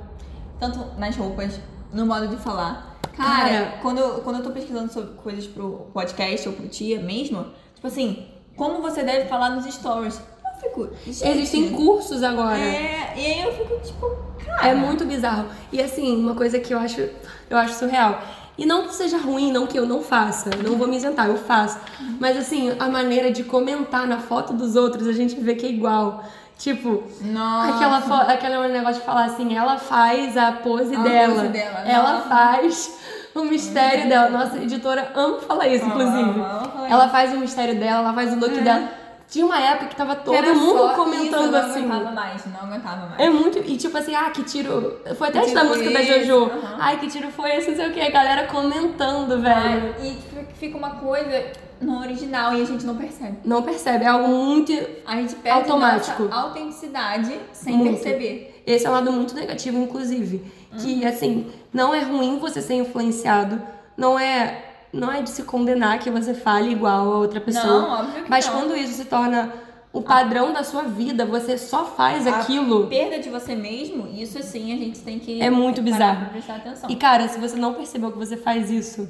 [SPEAKER 2] Tanto nas roupas, no modo de falar. Cara,
[SPEAKER 1] Cara,
[SPEAKER 2] quando, eu, quando eu tô pesquisando sobre coisas pro podcast ou pro tia mesmo, tipo assim, como você deve falar nos stories? Eu fico. gente,
[SPEAKER 1] Existem cursos agora.
[SPEAKER 2] É, e aí eu fico tipo, cara.
[SPEAKER 1] É muito bizarro. E assim, uma coisa que eu acho, eu acho surreal. E não que seja ruim, não que eu não faça, eu não vou me isentar, eu faço. Mas assim, a maneira de comentar na foto dos outros, a gente vê que é igual. Tipo,
[SPEAKER 2] Nossa.
[SPEAKER 1] aquela fo- aquele negócio de falar assim, ela faz a pose
[SPEAKER 2] Ah, A
[SPEAKER 1] dela.
[SPEAKER 2] pose dela,
[SPEAKER 1] ela
[SPEAKER 2] nossa.
[SPEAKER 1] faz o mistério dela. Nossa editora ama falar isso,
[SPEAKER 2] Ama,
[SPEAKER 1] inclusive.
[SPEAKER 2] ama falar É.
[SPEAKER 1] ela faz o mistério dela, ela faz o look dela. Tinha uma época que tava todo
[SPEAKER 2] Era
[SPEAKER 1] mundo
[SPEAKER 2] só
[SPEAKER 1] comentando
[SPEAKER 2] isso, eu
[SPEAKER 1] assim.
[SPEAKER 2] Não aguentava mais, não aguentava mais.
[SPEAKER 1] É muito. E tipo assim, ah, que tiro. Foi até
[SPEAKER 2] Que
[SPEAKER 1] antes da
[SPEAKER 2] tiro
[SPEAKER 1] música
[SPEAKER 2] foi
[SPEAKER 1] da
[SPEAKER 2] esse?
[SPEAKER 1] Jojo.
[SPEAKER 2] Aham.
[SPEAKER 1] Ai, que tiro foi esse, não sei o que. A galera comentando, velho.
[SPEAKER 2] Ai, E tipo, fica uma coisa não original e a gente não percebe.
[SPEAKER 1] Não percebe, é algo muito.
[SPEAKER 2] A gente perde
[SPEAKER 1] Automático.
[SPEAKER 2] nossa autenticidade sem
[SPEAKER 1] Muito.
[SPEAKER 2] perceber.
[SPEAKER 1] Esse é um lado muito negativo, inclusive. Que
[SPEAKER 2] Uhum.
[SPEAKER 1] assim, não é ruim você ser influenciado. Não é. Não é de se condenar que você fale igual a outra pessoa.
[SPEAKER 2] Não, óbvio que
[SPEAKER 1] Mas
[SPEAKER 2] não. Ah.
[SPEAKER 1] quando isso se torna o padrão da sua vida, você só faz
[SPEAKER 2] A
[SPEAKER 1] aquilo.
[SPEAKER 2] Perda de você mesmo, isso sim a gente tem que
[SPEAKER 1] É muito
[SPEAKER 2] parar
[SPEAKER 1] bizarro.
[SPEAKER 2] pra prestar atenção.
[SPEAKER 1] E cara, se você não percebeu que você faz isso,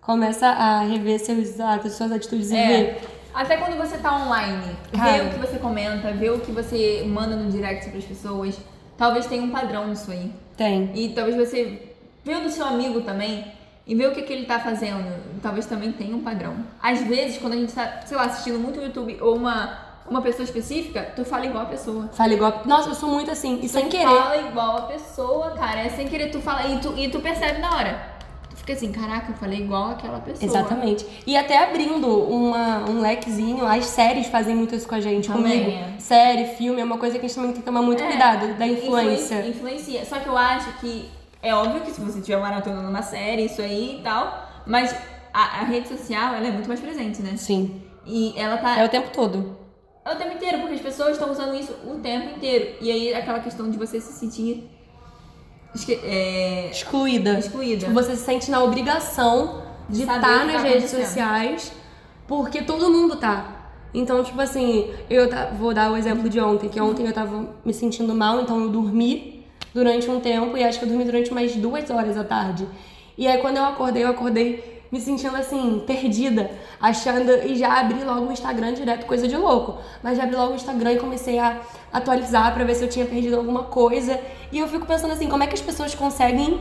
[SPEAKER 1] começa a rever seus atos, suas atitudes e ver.
[SPEAKER 2] É. Até quando você tá online,
[SPEAKER 1] Cara.
[SPEAKER 2] vê o que você comenta, vê o que você manda no direct pras pessoas. Talvez tenha um padrão nisso aí.
[SPEAKER 1] Tem.
[SPEAKER 2] E talvez você vê o do seu amigo também e vê o que, que ele tá fazendo. Talvez também tenha um padrão. Às vezes, quando a gente tá, sei lá, assistindo muito YouTube ou uma, uma pessoa específica, tu fala igual a pessoa.
[SPEAKER 1] Fala igual. Nossa, eu sou muito assim. E sem querer.
[SPEAKER 2] Fala igual a pessoa, cara. É sem querer, tu fala e tu, e tu percebe na hora. Tu fica assim, caraca, eu falei igual aquela pessoa.
[SPEAKER 1] Exatamente. E até abrindo uma, um lequezinho, as séries fazem muito isso com a gente,
[SPEAKER 2] Também,
[SPEAKER 1] comigo.
[SPEAKER 2] é.
[SPEAKER 1] Série, filme, é uma coisa que a gente também tem que tomar muito
[SPEAKER 2] É,
[SPEAKER 1] cuidado da
[SPEAKER 2] influen-
[SPEAKER 1] influência.
[SPEAKER 2] Influencia. Só que eu acho que é óbvio que se você tiver maratona numa série, isso aí e tal, mas a, a rede social ela é muito mais presente, né?
[SPEAKER 1] Sim.
[SPEAKER 2] E ela tá
[SPEAKER 1] É o tempo todo.
[SPEAKER 2] É o tempo inteiro, porque as pessoas estão usando isso o tempo inteiro. E aí aquela questão de você se sentir esque- é,
[SPEAKER 1] Excluída.
[SPEAKER 2] excluída.
[SPEAKER 1] Tipo, você se sente na obrigação de
[SPEAKER 2] Saber
[SPEAKER 1] estar
[SPEAKER 2] o que
[SPEAKER 1] nas
[SPEAKER 2] tá
[SPEAKER 1] redes
[SPEAKER 2] acontecendo.
[SPEAKER 1] sociais, porque todo mundo tá. Então, tipo assim, eu ta- vou dar o exemplo de ontem, que ontem eu tava me sentindo mal, então eu dormi durante um tempo e acho que eu dormi durante umas duas horas à tarde. E aí quando eu acordei, eu acordei me sentindo assim, perdida, achando. E já abri logo o Instagram direto, coisa de louco. Mas já abri logo o Instagram e comecei a atualizar pra ver se eu tinha perdido alguma coisa. E eu fico pensando assim, como é que as pessoas conseguem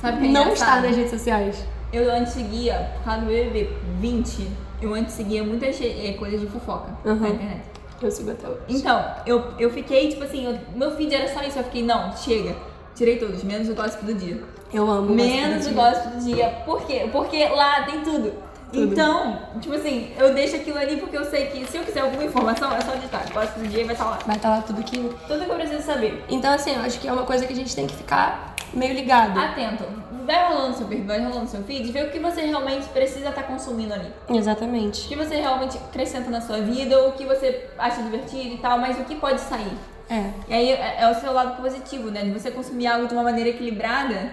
[SPEAKER 2] Sabe o que é
[SPEAKER 1] não
[SPEAKER 2] engraçado?
[SPEAKER 1] estar nas redes sociais?
[SPEAKER 2] Eu antes seguia, por causa do BBB 20, eu antes seguia muitas eh, coisas de fofoca na
[SPEAKER 1] Uhum.
[SPEAKER 2] internet.
[SPEAKER 1] Eu sigo até hoje.
[SPEAKER 2] Então, eu, eu fiquei, tipo assim, eu- meu feed era só isso. Eu fiquei, não, chega. Tirei todos, menos o gossip do dia.
[SPEAKER 1] Eu amo. assim.
[SPEAKER 2] Menos
[SPEAKER 1] gosto
[SPEAKER 2] o gossip
[SPEAKER 1] de-
[SPEAKER 2] do dia. Por quê? Porque lá tem tudo.
[SPEAKER 1] Tudo.
[SPEAKER 2] Então, tipo assim, eu deixo aquilo ali porque eu sei que se eu quiser alguma informação, é só digitar. Gossip do dia e vai estar lá.
[SPEAKER 1] Vai estar lá tudo que.
[SPEAKER 2] Tudo que eu preciso saber.
[SPEAKER 1] Então, assim, eu acho que é uma coisa que a gente tem que ficar meio ligado.
[SPEAKER 2] Atento. Vai rolando seu perfil, vai rolando seu feed, vê o que você realmente precisa estar consumindo ali. O
[SPEAKER 1] Exatamente.
[SPEAKER 2] que você realmente acrescenta na sua vida, ou o que você acha divertido e tal, mas o que pode sair.
[SPEAKER 1] É.
[SPEAKER 2] E aí é é o seu lado positivo, né? De você consumir algo de uma maneira equilibrada,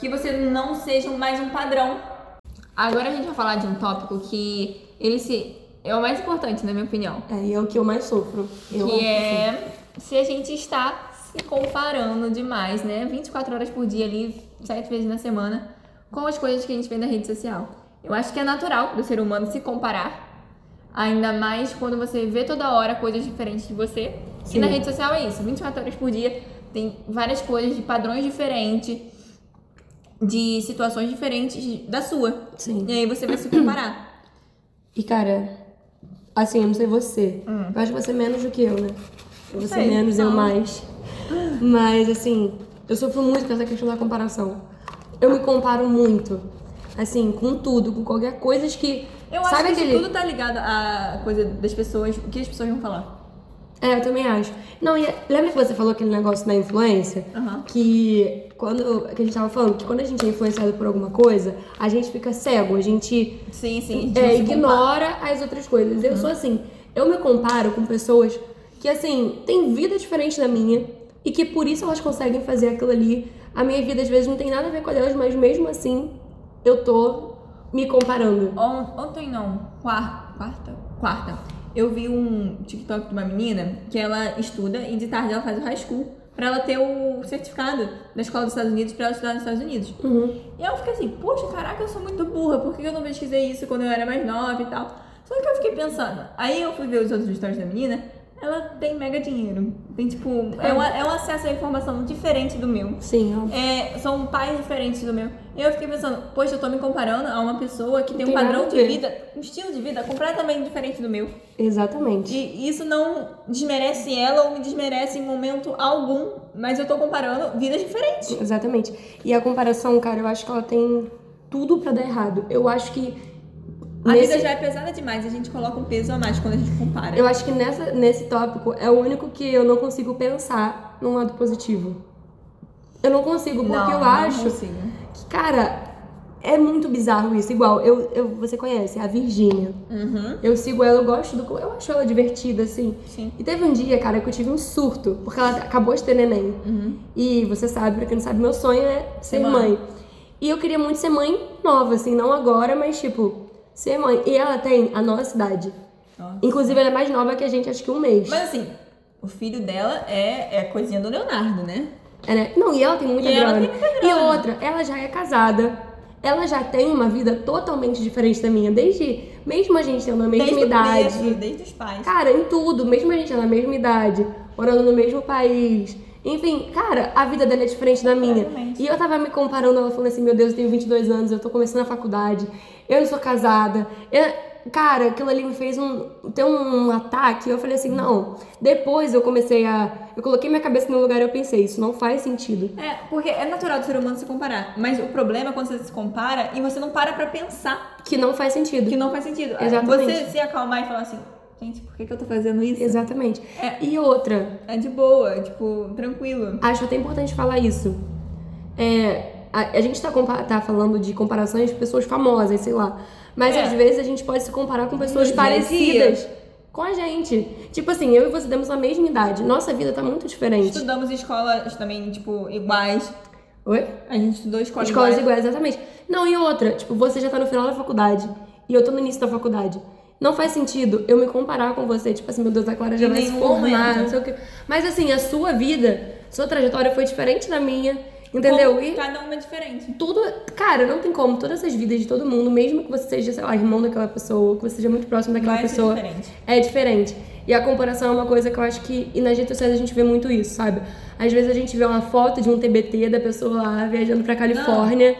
[SPEAKER 2] que você não seja mais um padrão. Agora a gente vai falar de um tópico que ele se é o mais importante, na minha opinião.
[SPEAKER 1] É, e é o que eu mais sofro. Eu amo assim.
[SPEAKER 2] que é se a gente está se comparando demais, né? 24 horas por dia ali, 7 vezes na semana, com as coisas que a gente vê na rede social. Eu acho que é natural do ser humano se comparar, ainda mais quando você vê toda hora coisas diferentes de você. E
[SPEAKER 1] Sim.
[SPEAKER 2] na rede social é isso, 24 horas por dia, tem várias coisas de padrões diferentes, de situações diferentes da sua.
[SPEAKER 1] fofoca. Sim.
[SPEAKER 2] E aí você vai se comparar.
[SPEAKER 1] E cara, assim, eu não sei você. Eu acho você menos do que eu, né? Você
[SPEAKER 2] sei,
[SPEAKER 1] menos, eu
[SPEAKER 2] Hum. não.
[SPEAKER 1] mais. Mas assim, eu sofro muito com essa questão da comparação. Eu me comparo muito. Assim, com tudo, com qualquer coisa que.
[SPEAKER 2] Eu acho
[SPEAKER 1] sabe
[SPEAKER 2] que
[SPEAKER 1] aquele.
[SPEAKER 2] isso tudo tá ligado à coisa das pessoas, o que as pessoas vão falar.
[SPEAKER 1] É, eu também acho. Não, e é, lembra que você falou aquele negócio da influência?
[SPEAKER 2] Aham.
[SPEAKER 1] Que quando. Que a gente tava falando que quando a gente é influenciado por alguma coisa, a gente fica cego, a gente
[SPEAKER 2] Sim, sim. tipo,
[SPEAKER 1] é, ignora as outras coisas. Eu sou assim, eu me comparo com pessoas que, assim, têm vida diferente da minha e que por isso elas conseguem fazer aquilo ali. A minha vida às vezes não tem nada a ver com a delas, mas mesmo assim eu tô me comparando.
[SPEAKER 2] On- Ontem não, quarta, quarta, quarta, eu vi um TikTok de uma menina que ela estuda e de tarde ela faz o high school pra ela ter o certificado da escola dos Estados Unidos pra ela estudar nos Estados Unidos.
[SPEAKER 1] Uhum.
[SPEAKER 2] E eu fiquei assim, poxa, caraca, eu sou muito burra, por que eu não pesquisei isso quando eu era mais nova e tal? Só que eu fiquei pensando, aí eu fui ver os outros stories da menina, ela tem mega dinheiro. Tem tipo,
[SPEAKER 1] Ah.
[SPEAKER 2] é um, é um acesso à informação diferente do meu.
[SPEAKER 1] Sim, ó.
[SPEAKER 2] É, são pais diferentes do meu. E eu fiquei pensando, poxa, eu tô me comparando a uma pessoa que tem, um
[SPEAKER 1] Tem
[SPEAKER 2] padrão
[SPEAKER 1] nada a
[SPEAKER 2] de
[SPEAKER 1] ver.
[SPEAKER 2] vida, um estilo de vida completamente diferente do meu.
[SPEAKER 1] Exatamente.
[SPEAKER 2] E isso não desmerece ela ou me desmerece em momento algum, mas eu tô comparando vidas diferentes.
[SPEAKER 1] Exatamente. E a comparação, cara, eu acho que ela tem tudo pra dar errado. Eu acho que.
[SPEAKER 2] A
[SPEAKER 1] nesse-
[SPEAKER 2] vida já é pesada demais, a gente coloca um peso a mais quando a gente compara.
[SPEAKER 1] Eu acho que nessa, nesse tópico é o único que eu não consigo pensar num lado positivo. Eu não consigo, porque
[SPEAKER 2] não, é assim.
[SPEAKER 1] eu
[SPEAKER 2] não
[SPEAKER 1] acho
[SPEAKER 2] consigo.
[SPEAKER 1] que, cara, é muito bizarro isso. Igual, eu, eu, você conhece a Virgínia.
[SPEAKER 2] Uhum,
[SPEAKER 1] Eu sigo ela, eu gosto do. co- Eu acho ela divertida, assim.
[SPEAKER 2] sim.
[SPEAKER 1] E teve um dia, cara, que eu tive um surto, porque ela acabou de ter neném.
[SPEAKER 2] Uhum.
[SPEAKER 1] E você sabe, pra quem não sabe, meu sonho é
[SPEAKER 2] Ser
[SPEAKER 1] ser
[SPEAKER 2] mãe.
[SPEAKER 1] mãe. E eu queria muito ser mãe nova, assim, não agora, mas tipo, ser mãe. E ela tem a nossa idade.
[SPEAKER 2] Ó.
[SPEAKER 1] Inclusive, ela é mais nova que a gente, acho que um mês.
[SPEAKER 2] Mas assim, o filho dela é, é coisinha do Leonardo, né?
[SPEAKER 1] É, né? Não, e ela tem muita
[SPEAKER 2] E ela
[SPEAKER 1] grana.
[SPEAKER 2] tem muita
[SPEAKER 1] E
[SPEAKER 2] grana.
[SPEAKER 1] outra, ela já é casada. Ela já tem uma vida totalmente diferente da minha. Desde. Mesmo a gente tendo a mesma
[SPEAKER 2] desde o
[SPEAKER 1] idade.
[SPEAKER 2] berço, desde os pais.
[SPEAKER 1] Cara, em tudo. Mesmo a gente tendo a mesma idade. Morando no mesmo país. Enfim, cara, a vida dela é diferente da minha.
[SPEAKER 2] Exatamente.
[SPEAKER 1] E eu tava me comparando, ela falando assim: meu Deus, eu tenho 22 anos, eu tô começando a faculdade, eu não sou casada. Eu- Cara, aquilo ali me fez um, ter um ataque. Eu falei assim: não. Depois eu comecei a. Eu coloquei minha cabeça no lugar e eu pensei: isso não faz sentido.
[SPEAKER 2] É, porque é natural do ser humano se comparar, mas o problema é quando você se compara e você não para pra pensar
[SPEAKER 1] que não faz sentido.
[SPEAKER 2] que não faz sentido. É,
[SPEAKER 1] Exatamente.
[SPEAKER 2] Você se acalmar e falar assim, gente, por que, que eu tô fazendo isso?
[SPEAKER 1] Exatamente.
[SPEAKER 2] É.
[SPEAKER 1] E outra,
[SPEAKER 2] É de boa, tipo, tranquilo.
[SPEAKER 1] acho até importante falar isso. É, a, a gente tá, compa- tá falando de comparações de pessoas famosas, sei lá. Mas
[SPEAKER 2] É. Uhum.
[SPEAKER 1] às vezes a gente pode se comparar com pessoas
[SPEAKER 2] dia a dia.
[SPEAKER 1] parecidas com a gente. Tipo assim, eu e você temos a mesma idade. Nossa vida tá muito diferente.
[SPEAKER 2] Estudamos escolas também, tipo, iguais.
[SPEAKER 1] Oi?
[SPEAKER 2] A gente estudou escola
[SPEAKER 1] Escolas
[SPEAKER 2] iguais.
[SPEAKER 1] iguais, exatamente. Não, e outra, tipo, você já tá no final da faculdade e eu tô no início da faculdade. Não faz sentido eu me comparar com você, tipo assim, meu Deus, a Clara já
[SPEAKER 2] Em
[SPEAKER 1] vai se
[SPEAKER 2] nenhum
[SPEAKER 1] formar,
[SPEAKER 2] momento.
[SPEAKER 1] não sei o quê. Mas assim, a sua vida, sua trajetória foi diferente da minha. Entendeu?
[SPEAKER 2] Como
[SPEAKER 1] E
[SPEAKER 2] Cada uma é diferente.
[SPEAKER 1] tudo. Cara, não tem como. Todas essas vidas de todo mundo, mesmo que você seja, sei lá, irmão daquela pessoa, que você seja muito próximo daquela
[SPEAKER 2] Vai ser
[SPEAKER 1] pessoa,
[SPEAKER 2] diferente.
[SPEAKER 1] é diferente. E a comparação é uma coisa que eu acho que. E nas redes sociais a gente vê muito isso, sabe? Às vezes a gente vê uma foto de um TBT da pessoa lá viajando pra Califórnia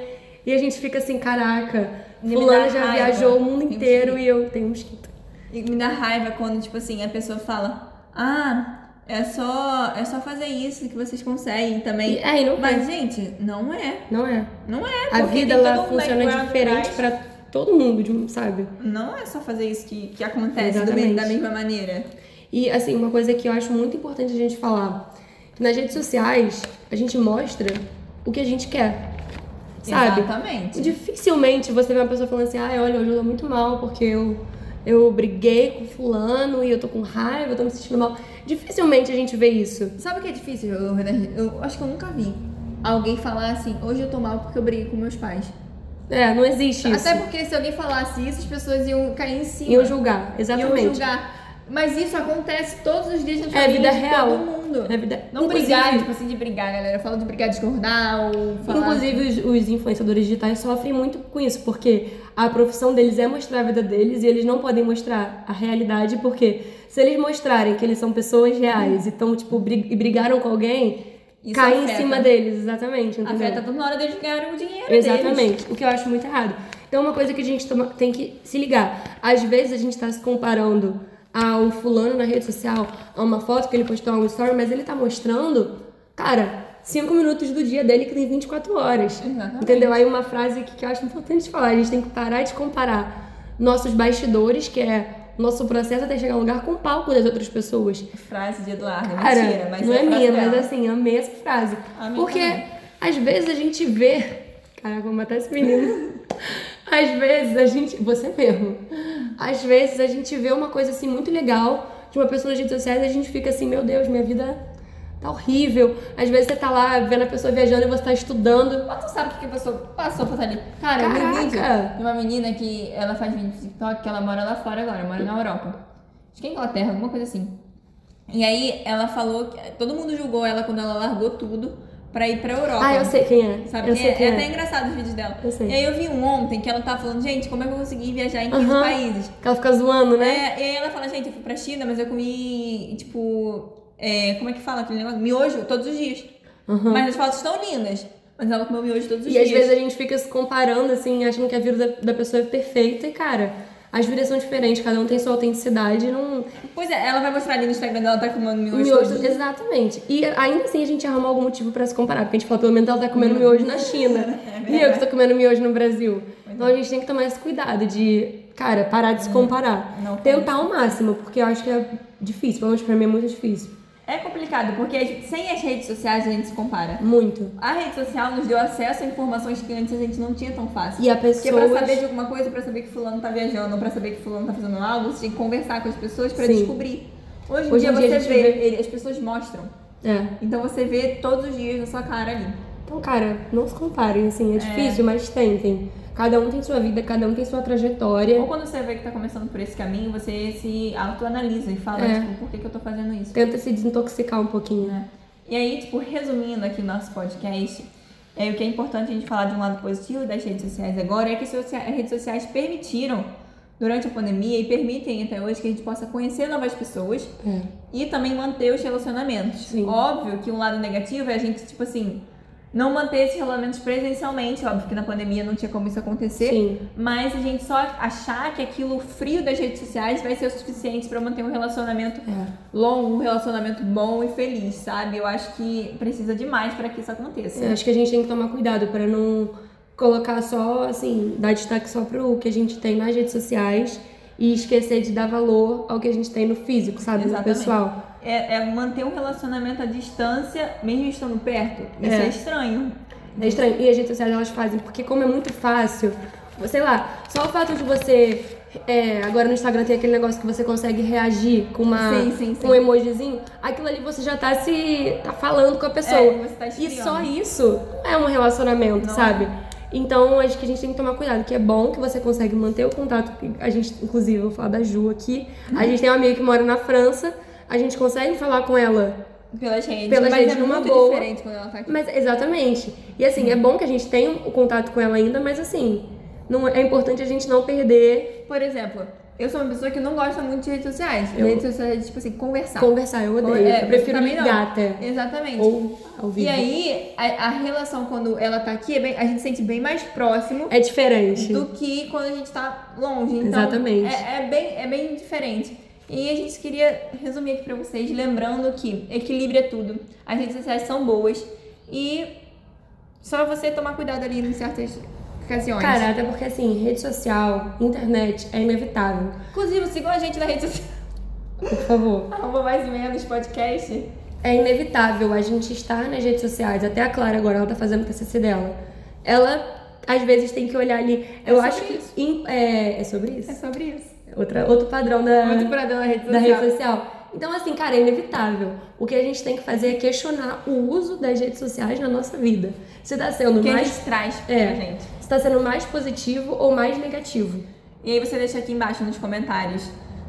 [SPEAKER 1] e a gente fica assim: caraca,
[SPEAKER 2] Me
[SPEAKER 1] Fulana
[SPEAKER 2] dá
[SPEAKER 1] já
[SPEAKER 2] raiva.
[SPEAKER 1] viajou o mundo
[SPEAKER 2] Tem
[SPEAKER 1] inteiro
[SPEAKER 2] mosquito.
[SPEAKER 1] e eu tenho um mosquito.
[SPEAKER 2] E me dá raiva quando, tipo assim, a pessoa fala, ah, é só, é só fazer isso que vocês conseguem também.
[SPEAKER 1] E, é, e não
[SPEAKER 2] Mas, gente, não é.
[SPEAKER 1] Não é.
[SPEAKER 2] Não é.
[SPEAKER 1] A
[SPEAKER 2] porque
[SPEAKER 1] vida
[SPEAKER 2] tem
[SPEAKER 1] ela
[SPEAKER 2] todo um
[SPEAKER 1] funciona
[SPEAKER 2] background
[SPEAKER 1] diferente
[SPEAKER 2] atrás.
[SPEAKER 1] pra todo mundo, de um- sabe?
[SPEAKER 2] Não é só fazer isso que, que acontece do
[SPEAKER 1] Exatamente.
[SPEAKER 2] me- da mesma maneira.
[SPEAKER 1] E assim, uma coisa que eu acho muito importante a gente falar, que nas redes sociais a gente mostra o que a gente quer. Sabe?
[SPEAKER 2] Exatamente.
[SPEAKER 1] Dificilmente você vê uma pessoa falando assim, ai, olha, hoje eu tô muito mal porque eu, eu briguei com fulano e eu tô com raiva, eu tô me sentindo mal. Dificilmente a gente vê isso.
[SPEAKER 2] Sabe o que é difícil, eu, eu acho que eu nunca vi alguém falar assim, hoje eu tô mal porque eu briguei com meus pais.
[SPEAKER 1] É, não existe isso.
[SPEAKER 2] Até porque se alguém falasse isso, as pessoas iam cair em cima.
[SPEAKER 1] Iam julgar,
[SPEAKER 2] Iam
[SPEAKER 1] exatamente.
[SPEAKER 2] julgar. Mas isso acontece todos os dias na
[SPEAKER 1] É
[SPEAKER 2] família
[SPEAKER 1] vida
[SPEAKER 2] de
[SPEAKER 1] real.
[SPEAKER 2] todo mundo.
[SPEAKER 1] É vida...
[SPEAKER 2] Não
[SPEAKER 1] Inclusive-
[SPEAKER 2] brigar, tipo assim, de brigar, galera. Fala de brigar, discordar ou falar...
[SPEAKER 1] Inclusive, os, os influenciadores digitais sofrem muito com isso, porque a profissão deles é mostrar a vida deles e eles não podem mostrar a realidade, porque se eles mostrarem que eles são pessoas reais e estão, tipo, bri- e brigaram com alguém,
[SPEAKER 2] Isso
[SPEAKER 1] cai em
[SPEAKER 2] afeta. né?
[SPEAKER 1] cima deles, exatamente, entendeu?
[SPEAKER 2] Afeta tanto na hora deles ganharem o dinheiro deles.
[SPEAKER 1] Exatamente, o que eu acho muito errado. Então, uma coisa que a gente toma- tem que se ligar. Às vezes a gente tá se comparando ao fulano na rede social, a uma foto que ele postou, a um story, mas ele tá mostrando, cara, cinco minutos do dia dele que tem 24 horas.
[SPEAKER 2] Exatamente.
[SPEAKER 1] Entendeu? Aí uma frase que, que eu acho importante falar, a gente tem que parar de comparar nossos bastidores, que é nosso processo até chegar a um lugar, com o palco das outras pessoas.
[SPEAKER 2] Frase de Eduardo.
[SPEAKER 1] Cara,
[SPEAKER 2] Mentira, mas
[SPEAKER 1] não
[SPEAKER 2] é,
[SPEAKER 1] é,
[SPEAKER 2] a frase
[SPEAKER 1] minha,
[SPEAKER 2] dela.
[SPEAKER 1] mas assim, amei essa frase.
[SPEAKER 2] Amei
[SPEAKER 1] Porque
[SPEAKER 2] também.
[SPEAKER 1] às vezes a gente vê. Caraca, vou matar esse menino. às vezes a gente. Você é mesmo. Às vezes a gente vê uma coisa assim muito legal de uma pessoa nas redes sociais e a gente fica assim, meu Deus, minha vida tá horrível. Às vezes você tá lá vendo a pessoa viajando e você tá estudando.
[SPEAKER 2] Mas tu sabe o que que a pessoa passou por ali? Cara, eu vi
[SPEAKER 1] Caraca!
[SPEAKER 2] um vídeo de uma menina que ela faz vídeo de TikTok, que ela mora lá fora agora, mora na Europa. Acho que é Inglaterra, alguma coisa assim. E aí ela falou que todo mundo julgou ela quando ela largou tudo pra ir pra Europa.
[SPEAKER 1] Ah, eu sei quem é.
[SPEAKER 2] Sabe
[SPEAKER 1] eu
[SPEAKER 2] quem
[SPEAKER 1] sei
[SPEAKER 2] é?
[SPEAKER 1] quem
[SPEAKER 2] É
[SPEAKER 1] é.
[SPEAKER 2] até engraçado os vídeos dela.
[SPEAKER 1] Eu sei.
[SPEAKER 2] E aí eu vi um ontem que ela tava falando, gente, como é que eu consegui viajar em 15
[SPEAKER 1] Aham.
[SPEAKER 2] países?
[SPEAKER 1] Que ela fica zoando, né?
[SPEAKER 2] É, e aí ela fala, gente, eu fui pra China, mas eu comi, tipo, é, como é que fala aquele negócio? Miojo todos os dias.
[SPEAKER 1] Aham.
[SPEAKER 2] Mas as fotos estão lindas. Mas ela comeu miojo todos os
[SPEAKER 1] E
[SPEAKER 2] dias.
[SPEAKER 1] às vezes a gente fica se comparando, assim, achando que a vida da, da pessoa é perfeita. E, cara, as vidas são diferentes, cada um tem sua autenticidade. Não...
[SPEAKER 2] Pois é, ela vai mostrar ali no Instagram dela, tá comendo miojo.
[SPEAKER 1] Miojo,
[SPEAKER 2] todos os dias.
[SPEAKER 1] exatamente. E ainda assim a gente arruma algum motivo pra se comparar. Porque a gente fala, pelo menos ela tá comendo miojo na China.
[SPEAKER 2] É
[SPEAKER 1] e eu que tô comendo miojo no Brasil. Então a gente tem que tomar esse cuidado de, cara, parar de se comparar.
[SPEAKER 2] não pode.
[SPEAKER 1] Tentar ao máximo, porque eu acho que é difícil. Pelo menos pra mim é muito difícil.
[SPEAKER 2] É complicado, porque a gente- sem as redes sociais a gente se compara.
[SPEAKER 1] Muito.
[SPEAKER 2] A rede social nos deu acesso a informações que antes a gente não tinha tão fácil.
[SPEAKER 1] E a
[SPEAKER 2] Porque
[SPEAKER 1] pessoa.
[SPEAKER 2] pra saber de alguma coisa, pra saber que fulano tá viajando, pra saber que fulano tá fazendo algo, você tem que conversar com as pessoas pra
[SPEAKER 1] Sim.
[SPEAKER 2] descobrir. Hoje em
[SPEAKER 1] Hoje
[SPEAKER 2] dia
[SPEAKER 1] em dia
[SPEAKER 2] você
[SPEAKER 1] a gente
[SPEAKER 2] vê,
[SPEAKER 1] vê-
[SPEAKER 2] ele- as pessoas mostram.
[SPEAKER 1] É.
[SPEAKER 2] Então você vê todos os dias na sua cara ali.
[SPEAKER 1] Então, cara, não se comparem, assim, é difícil, mas tentem. Cada um tem sua vida, cada um tem sua
[SPEAKER 2] Ou
[SPEAKER 1] trajetória.
[SPEAKER 2] quando você vê que tá começando por esse caminho, você se autoanalisa e fala,
[SPEAKER 1] É.
[SPEAKER 2] tipo, por que, que eu tô fazendo isso?
[SPEAKER 1] Tenta se desintoxicar um pouquinho.
[SPEAKER 2] né? E aí, tipo, resumindo aqui nosso podcast, é, o que é importante a gente falar de um lado positivo das redes sociais agora é que as socia- as redes sociais permitiram, durante a pandemia, e permitem até hoje que a gente possa conhecer novas pessoas
[SPEAKER 1] É.
[SPEAKER 2] e também manter os relacionamentos.
[SPEAKER 1] Sim.
[SPEAKER 2] Óbvio que um lado negativo é a gente, tipo assim, não manter esses relacionamentos presencialmente, óbvio que na pandemia não tinha como isso acontecer.
[SPEAKER 1] Sim.
[SPEAKER 2] Mas a gente só achar que aquilo frio das redes sociais vai ser o suficiente pra manter um relacionamento
[SPEAKER 1] É.
[SPEAKER 2] longo, um relacionamento bom e feliz, sabe? Eu acho que precisa demais pra que isso aconteça.
[SPEAKER 1] Eu acho que a gente tem que tomar cuidado pra não colocar só, assim, dar destaque só pro que a gente tem nas redes sociais e esquecer de dar valor ao que a gente tem no físico, sabe?
[SPEAKER 2] Exatamente.
[SPEAKER 1] No pessoal.
[SPEAKER 2] É, é manter um relacionamento à distância, mesmo estando perto. Isso é,
[SPEAKER 1] É.
[SPEAKER 2] estranho.
[SPEAKER 1] É estranho. E as redes sociais elas fazem, porque como é muito fácil, sei lá, só o fato de você. é, agora no Instagram tem aquele negócio que você consegue reagir com uma
[SPEAKER 2] Sim, sim,
[SPEAKER 1] com
[SPEAKER 2] sim.
[SPEAKER 1] um emojizinho, aquilo ali você já tá se. tá falando com a pessoa.
[SPEAKER 2] É, você tá
[SPEAKER 1] e
[SPEAKER 2] esfriando.
[SPEAKER 1] só isso não é um relacionamento,
[SPEAKER 2] Não.
[SPEAKER 1] sabe? Então acho que a gente tem que tomar cuidado, que é bom que você consegue manter o contato. A gente, inclusive,
[SPEAKER 2] Uhum.
[SPEAKER 1] eu vou falar da Ju aqui. A gente tem uma amiga que mora na França, a gente consegue falar com ela
[SPEAKER 2] pelas redes.
[SPEAKER 1] Pelas
[SPEAKER 2] mas
[SPEAKER 1] redes
[SPEAKER 2] é
[SPEAKER 1] numa
[SPEAKER 2] muito
[SPEAKER 1] boa.
[SPEAKER 2] diferente quando ela tá aqui.
[SPEAKER 1] Mas exatamente. E assim, é bom que a gente tenha o contato com ela ainda, mas assim, não é importante a gente não perder
[SPEAKER 2] Por exemplo, eu sou uma pessoa que não gosta muito de redes sociais.
[SPEAKER 1] Eu-
[SPEAKER 2] Redes sociais é tipo assim, conversar.
[SPEAKER 1] conversar. Eu odeio.
[SPEAKER 2] É,
[SPEAKER 1] eu prefiro
[SPEAKER 2] também não.
[SPEAKER 1] ligar até.
[SPEAKER 2] Exatamente.
[SPEAKER 1] Ou ao vivo.
[SPEAKER 2] E aí, a, a relação quando ela tá aqui, é bem- a gente se sente bem mais próximo
[SPEAKER 1] É diferente.
[SPEAKER 2] do que quando a gente tá longe. Então,
[SPEAKER 1] Exatamente.
[SPEAKER 2] É, é bem, é bem diferente. E a gente queria resumir aqui pra vocês, lembrando que equilíbrio é tudo. As redes sociais são boas. E só você tomar cuidado ali em certas ocasiões.
[SPEAKER 1] Cara, até porque assim, rede social, internet, é inevitável.
[SPEAKER 2] Inclusive, sigam a gente na rede social.
[SPEAKER 1] Por favor.
[SPEAKER 2] Arroba mais e menos podcast.
[SPEAKER 1] É inevitável a gente estar nas redes sociais. Até a Clara agora, ela tá fazendo o TCC dela. Ela, às vezes, tem que olhar ali. Eu
[SPEAKER 2] sobre
[SPEAKER 1] acho que.
[SPEAKER 2] isso.
[SPEAKER 1] im- É, é sobre isso?
[SPEAKER 2] É sobre isso.
[SPEAKER 1] Outra, outro padrão da,
[SPEAKER 2] Muito curador na rede
[SPEAKER 1] da
[SPEAKER 2] social.
[SPEAKER 1] rede social. Então, assim, cara, é inevitável. O que a gente tem que fazer é questionar o uso das redes sociais na nossa vida. Se tá sendo
[SPEAKER 2] que a
[SPEAKER 1] mais.
[SPEAKER 2] gente traz pra
[SPEAKER 1] É.
[SPEAKER 2] gente.
[SPEAKER 1] Se tá sendo mais positivo ou mais negativo.
[SPEAKER 2] E aí você deixa aqui embaixo nos comentários.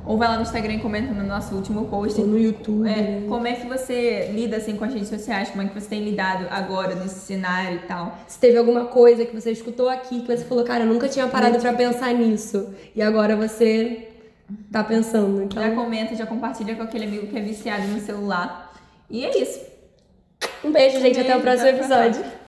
[SPEAKER 2] Ou vai lá no Instagram e comenta no nosso último post.
[SPEAKER 1] Ou no YouTube.
[SPEAKER 2] É,
[SPEAKER 1] né?
[SPEAKER 2] como é que você lida assim com as redes sociais? Como é que você tem lidado agora nesse cenário e tal?
[SPEAKER 1] Se teve alguma coisa que você escutou aqui que você falou, cara, eu nunca tinha parado pra pensar nisso. E agora você tá pensando. Então,
[SPEAKER 2] Já comenta, já compartilha com aquele amigo que é viciado no celular. E é isso.
[SPEAKER 1] um beijo, gente. até o
[SPEAKER 2] Beijo,
[SPEAKER 1] próximo
[SPEAKER 2] até o próximo.
[SPEAKER 1] episódio.